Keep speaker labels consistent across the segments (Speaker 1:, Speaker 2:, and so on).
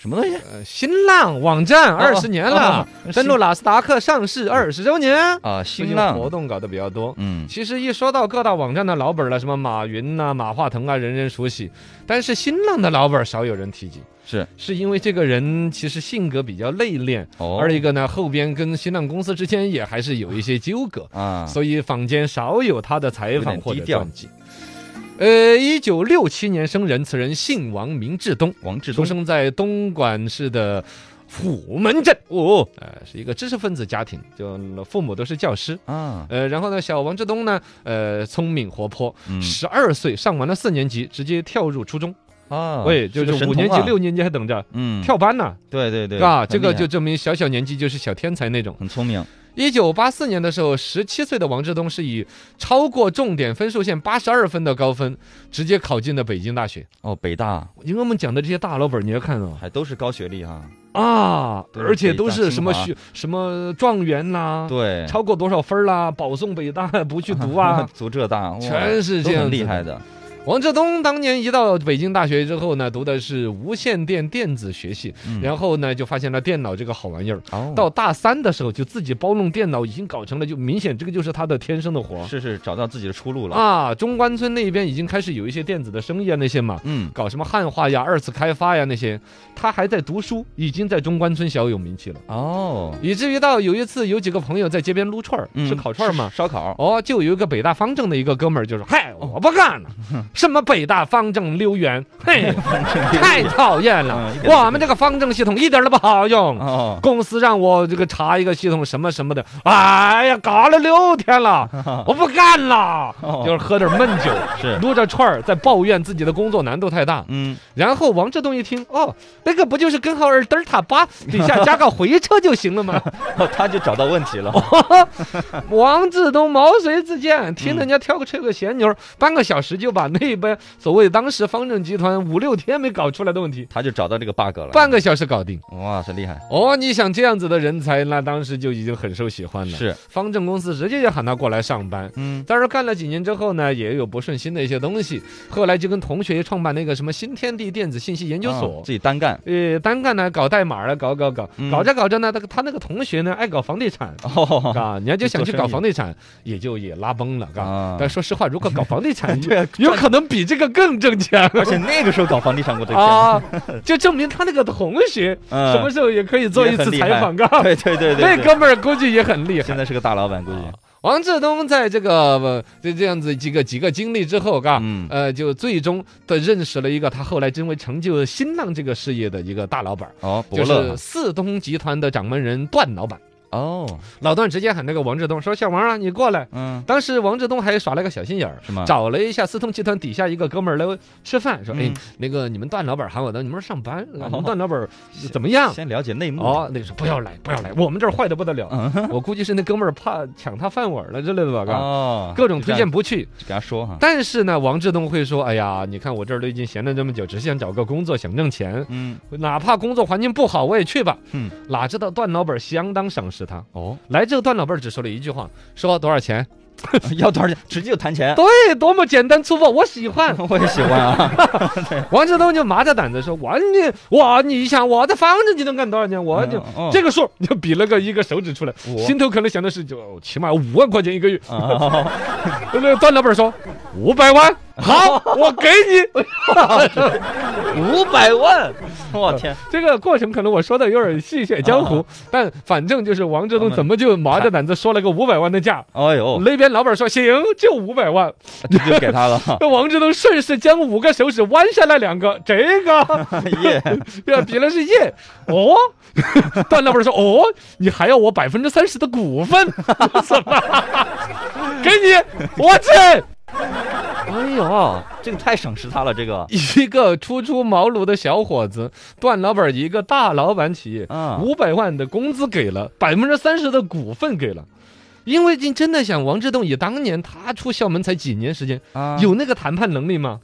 Speaker 1: 什么东西
Speaker 2: 呃，新浪网站二十年了
Speaker 1: 哦，哦
Speaker 2: 登陆纳斯达克上市二十周年，
Speaker 1: 啊？
Speaker 2: 最
Speaker 1: 新
Speaker 2: 近
Speaker 1: 浪
Speaker 2: 活动搞得比较多。
Speaker 1: 嗯，
Speaker 2: 其实一说到各大网站的老本儿了，什么马云呐、马化腾啊，人人熟悉。但是新浪的老本儿少有人提及，
Speaker 1: 是
Speaker 2: 是因为这个人其实性格比较内敛，
Speaker 1: 哦，
Speaker 2: 二一个呢，后边跟新浪公司之间也还是有一些纠葛。
Speaker 1: 啊，
Speaker 2: 所以坊间少有他的采访或
Speaker 1: 有
Speaker 2: 者
Speaker 1: 点低调
Speaker 2: 传记。呃，一九六七年生人，此人姓王，名志东，
Speaker 1: 王志
Speaker 2: 出
Speaker 1: 东
Speaker 2: 生在东莞市的虎门镇。哦，呃，是一个知识分子家庭，就父母都是教师。
Speaker 1: 啊，
Speaker 2: 呃，然后呢，小王志东呢，呃，聪明活泼，
Speaker 1: 嗯
Speaker 2: 十二岁上完了四年级，直接跳入初中。
Speaker 1: 啊，
Speaker 2: 喂，就是
Speaker 1: 个
Speaker 2: 是
Speaker 1: 神
Speaker 2: 五
Speaker 1: 童
Speaker 2: 年级、
Speaker 1: 啊
Speaker 2: 六年级还等着
Speaker 1: 嗯，
Speaker 2: 跳班呢，
Speaker 1: 对对对
Speaker 2: 啊，
Speaker 1: 很
Speaker 2: 这个
Speaker 1: 厉害
Speaker 2: 就证明小小年纪就是小天才那种。
Speaker 1: 很聪明，
Speaker 2: 一九八四年的时候，十七岁的王志东是以超过重点分数线八十二分的高分，直接考进了北京大学。
Speaker 1: 哦，北大
Speaker 2: 因为我们讲的这些大老板儿，你要看啊
Speaker 1: 还都是高学历哈，
Speaker 2: 啊，
Speaker 1: 对
Speaker 2: 而且都
Speaker 1: 北
Speaker 2: 是
Speaker 1: 大
Speaker 2: 什么
Speaker 1: 清华
Speaker 2: 学什么状元啦，
Speaker 1: 对，
Speaker 2: 超过多少分儿啦，保送北大不去读 啊。
Speaker 1: 读浙大，哇
Speaker 2: 全是
Speaker 1: 都
Speaker 2: 这样
Speaker 1: 很
Speaker 2: 子
Speaker 1: 厉
Speaker 2: 的
Speaker 1: 害的，
Speaker 2: 王志东当年一到北京大学之后呢，读的是无线电电子学系，
Speaker 1: 嗯
Speaker 2: 然后呢就发现了电脑这个好玩意儿。
Speaker 1: 哦
Speaker 2: 到大三的时候，就自己包弄电脑，已经搞成了，就明显这个就是他的天生的活儿。
Speaker 1: 是是找到自己的出路了，
Speaker 2: 啊，中关村那边已经开始有一些电子的生意啊，那些嘛，
Speaker 1: 嗯，
Speaker 2: 搞什么汉化呀、二次开发呀那些，他还在读书，已经在中关村小有名气了，
Speaker 1: 哦，
Speaker 2: 以至于到有一次有几个朋友在街边撸串儿，
Speaker 1: 嗯
Speaker 2: 吃烤串儿嘛。
Speaker 1: 烧烤，
Speaker 2: 哦，就有一个北大方正的一个哥们儿就说：“嗨，我不干了，
Speaker 1: 哦
Speaker 2: 什么北大方正溜圆， 嘿，太讨厌了
Speaker 1: 嗯一，点都不
Speaker 2: 我们这个方正系统一点都不好用。”
Speaker 1: 哦，
Speaker 2: 公司让我这个查一个系统什么什么的，哎呀，搞了六天 了，我不干了，
Speaker 1: 哦
Speaker 2: 就是喝点闷酒，
Speaker 1: 是
Speaker 2: 撸着串儿在抱怨自己的工作难度太大。
Speaker 1: 嗯，
Speaker 2: 然后王志东一听，哦，那个不就是根号二德尔塔八底下加个回车就行了吗？
Speaker 1: 哦他就找到问题了，
Speaker 2: 哦王志东毛遂自荐，听人家挑个吹个闲牛，半个小时就把那边所谓当时方正集团五六天没搞出来的问题，
Speaker 1: 他就找到这个 bug 了，
Speaker 2: 半个小时搞定。
Speaker 1: 哇塞，厉害，
Speaker 2: 哦，你想这样子的人才，那当时就已经很受喜欢了。
Speaker 1: 是，
Speaker 2: 方正公司直接就喊他过来上班。
Speaker 1: 嗯，
Speaker 2: 但是干了几年之后呢，也有不顺心的一些东西，后来就跟同学创办那个什么新天地电子信息研究所
Speaker 1: 啊。自己单干，
Speaker 2: 呃，单干呢，搞代码了，搞搞搞，
Speaker 1: 嗯
Speaker 2: 搞着搞着呢，他他那个同学呢，爱搞房地产，
Speaker 1: 哦，
Speaker 2: 啊，人家就想去
Speaker 1: 做生
Speaker 2: 搞
Speaker 1: 意
Speaker 2: 房地产，也就也拉崩了，嘎。
Speaker 1: 啊，
Speaker 2: 但说实话，如果搞房地产
Speaker 1: 对，啊
Speaker 2: 有可能比这个更挣钱
Speaker 1: 而且那个时候搞房地产，我的天，
Speaker 2: 啊， 就证明他那个同学
Speaker 1: 嗯
Speaker 2: 什么时候也可以做一次采访，嘎。
Speaker 1: 对对对对，
Speaker 2: 那
Speaker 1: 对
Speaker 2: 哥们儿估计也很厉害。
Speaker 1: 现在是个大老板，估计
Speaker 2: 王志东在这个呃这这样子几个几个经历之后，嘎，
Speaker 1: 嗯
Speaker 2: 呃，就最终的认识了一个他后来真为成就新浪这个事业的一个大老板儿，
Speaker 1: 哦，伯
Speaker 2: 就
Speaker 1: 乐
Speaker 2: 是四东集团的掌门人段老板。
Speaker 1: 哦，
Speaker 2: 老段直接喊那个王志东说：“小王啊，你过来。”
Speaker 1: 嗯，
Speaker 2: 当时王志东还耍了个小心眼儿，
Speaker 1: 是吗？
Speaker 2: 找了一下四通集团底下一个哥们儿来吃饭，说：“哎
Speaker 1: 啊嗯，
Speaker 2: 那个你们段老板喊我到你们这儿上班，你
Speaker 1: 哦
Speaker 2: 们段老板怎么样？”
Speaker 1: 先了解内幕
Speaker 2: 哦，那个说不要来，不要来，我们这儿坏的不得了。 我估计是那哥们儿怕抢他饭碗了之类的吧，嘎
Speaker 1: 嗯哦，
Speaker 2: 啊各种
Speaker 1: 就
Speaker 2: 推
Speaker 1: 这样
Speaker 2: 荐不去。
Speaker 1: 就给他说哈，
Speaker 2: 但是呢，王志东会说：“哎呀，你看我这儿都已经闲了这么久，只是想找个工作，想挣钱，
Speaker 1: 嗯，
Speaker 2: 哪怕工作环境不好，我也去吧。”
Speaker 1: 嗯，
Speaker 2: 哪知道段老板相当赏识他。
Speaker 1: 哦，
Speaker 2: 来这个段老板只说了一句话：“说多少钱
Speaker 1: 要多少钱？直接就谈？” 钱，
Speaker 2: 对，多么简单粗暴，我喜欢。
Speaker 1: 我也喜欢 啊，
Speaker 2: 王志东就麻着胆子说：“我你我你想我的房子你能干多少钱？我就、
Speaker 1: 嗯哦
Speaker 2: 这个数，就比了个一个手指出来，
Speaker 1: 五
Speaker 2: 心头可能想的是就哦起码五万块钱一个月。
Speaker 1: 哦
Speaker 2: 那个段老板说：“五百 万，好，我给你。
Speaker 1: 五百万，我天，”
Speaker 2: 这个过程可能我说的有点戏谑江
Speaker 1: 啊
Speaker 2: 湖，但反正就是王志东
Speaker 1: 嗯
Speaker 2: 怎么就麻着胆子说了个五百万的价？
Speaker 1: 哎呦，
Speaker 2: 那边老板说：“行，就五百万。”
Speaker 1: 这就给他了，
Speaker 2: 那王志东顺势将五个手指弯下来两个，这个
Speaker 1: 耶，
Speaker 2: 要比了是耶哦。段老板说：“哦，你还要我百分之三十的股份？我怎么？给你，我这
Speaker 1: 哎呦，这个太省时他了，这个
Speaker 2: 一个初出茅庐的小伙子，段老板一个大老板企业，
Speaker 1: 啊，
Speaker 2: 五百万的工资给了，百分之三十的股份给了。”因为你真的想，王志栋以当年他出校门才几年时间，
Speaker 1: 啊
Speaker 2: 有那个谈判能力吗？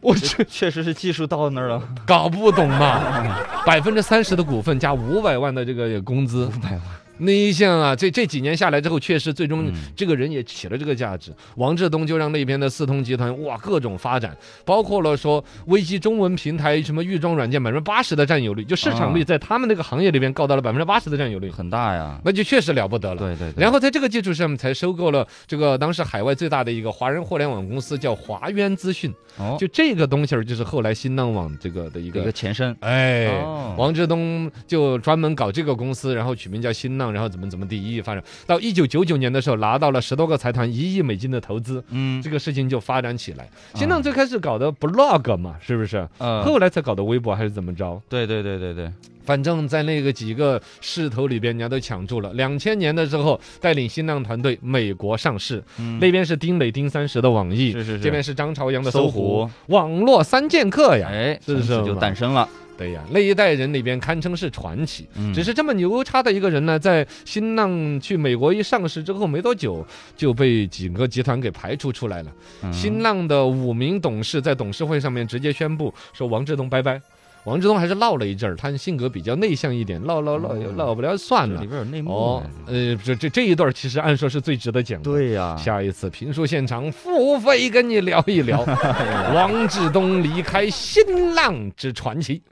Speaker 2: 我这
Speaker 1: 确实是技术到那儿了，
Speaker 2: 搞不懂嘛，百分之三十的股份加五百万的这个工资，五
Speaker 1: 百万，
Speaker 2: 你想啊，这这几年下来之后，确实最终
Speaker 1: 嗯
Speaker 2: 这个人也起了这个价值。王志东就让那边的四通集团哇各种发展，包括了说危机中文平台什么预装软件百分之八十的占有率，就市场率
Speaker 1: 啊
Speaker 2: 在他们那个行业里边高达了百分之八十的占有率，
Speaker 1: 很大呀。
Speaker 2: 那就确实了不得了。
Speaker 1: 对对对，
Speaker 2: 然后在这个基础上，才收购了这个当时海外最大的一个华人互联网公司，叫华渊资讯。
Speaker 1: 哦，
Speaker 2: 就这个东西儿，就是后来新浪网这个的一
Speaker 1: 一个
Speaker 2: 个，
Speaker 1: 前身，
Speaker 2: 哎
Speaker 1: 哦，
Speaker 2: 王志东就专门搞这个公司，然后取名叫新浪，然后怎么怎么地一亿发展。到一九九九年的时候，拿到了十多个财团一亿美金的投资，
Speaker 1: 嗯啊
Speaker 2: 这，个事情就发展起来。新浪最开始搞的 blog 嘛，是不是？
Speaker 1: 呃，
Speaker 2: 后来才搞的微博还是怎么着？
Speaker 1: 对对对对对，
Speaker 2: 反正，在那个几个势头里边，人家都抢住了。两千年的时候，带领新浪团队美国上市，
Speaker 1: 嗯
Speaker 2: 那边是丁磊、丁三十的网易，
Speaker 1: 是是是，
Speaker 2: 这边是张朝阳的
Speaker 1: 搜
Speaker 2: 搜
Speaker 1: 狐
Speaker 2: 狐，网络三剑客呀。
Speaker 1: 哎，
Speaker 2: 是不是
Speaker 1: 从此就
Speaker 2: 嘛
Speaker 1: 诞生了，
Speaker 2: 对呀，那一代人里边堪称是传奇。
Speaker 1: 嗯
Speaker 2: 只是这么牛叉的一个人呢，在新浪去美国一上市之后没多久，就被几个集团给排除出来了。
Speaker 1: 嗯
Speaker 2: 新浪的五名董事在董事会上面直接宣布说王志东拜拜。王志东还是闹了一阵儿，他性格比较内向一点，闹闹闹
Speaker 1: 哦
Speaker 2: 闹不了算
Speaker 1: 这
Speaker 2: 了
Speaker 1: 里。边有内幕
Speaker 2: 哦
Speaker 1: 啊，
Speaker 2: 呃，这这这一段其实按说是最值得讲的。
Speaker 1: 对呀，
Speaker 2: 下一次评书现场付费跟你聊一 聊
Speaker 1: 哎
Speaker 2: 王志东离开新浪之传奇。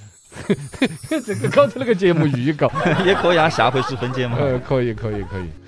Speaker 2: 这个刚才那个节目预告，
Speaker 1: 也口雅侠会是分界吗？啊
Speaker 2: 呃，可以，可以，可以。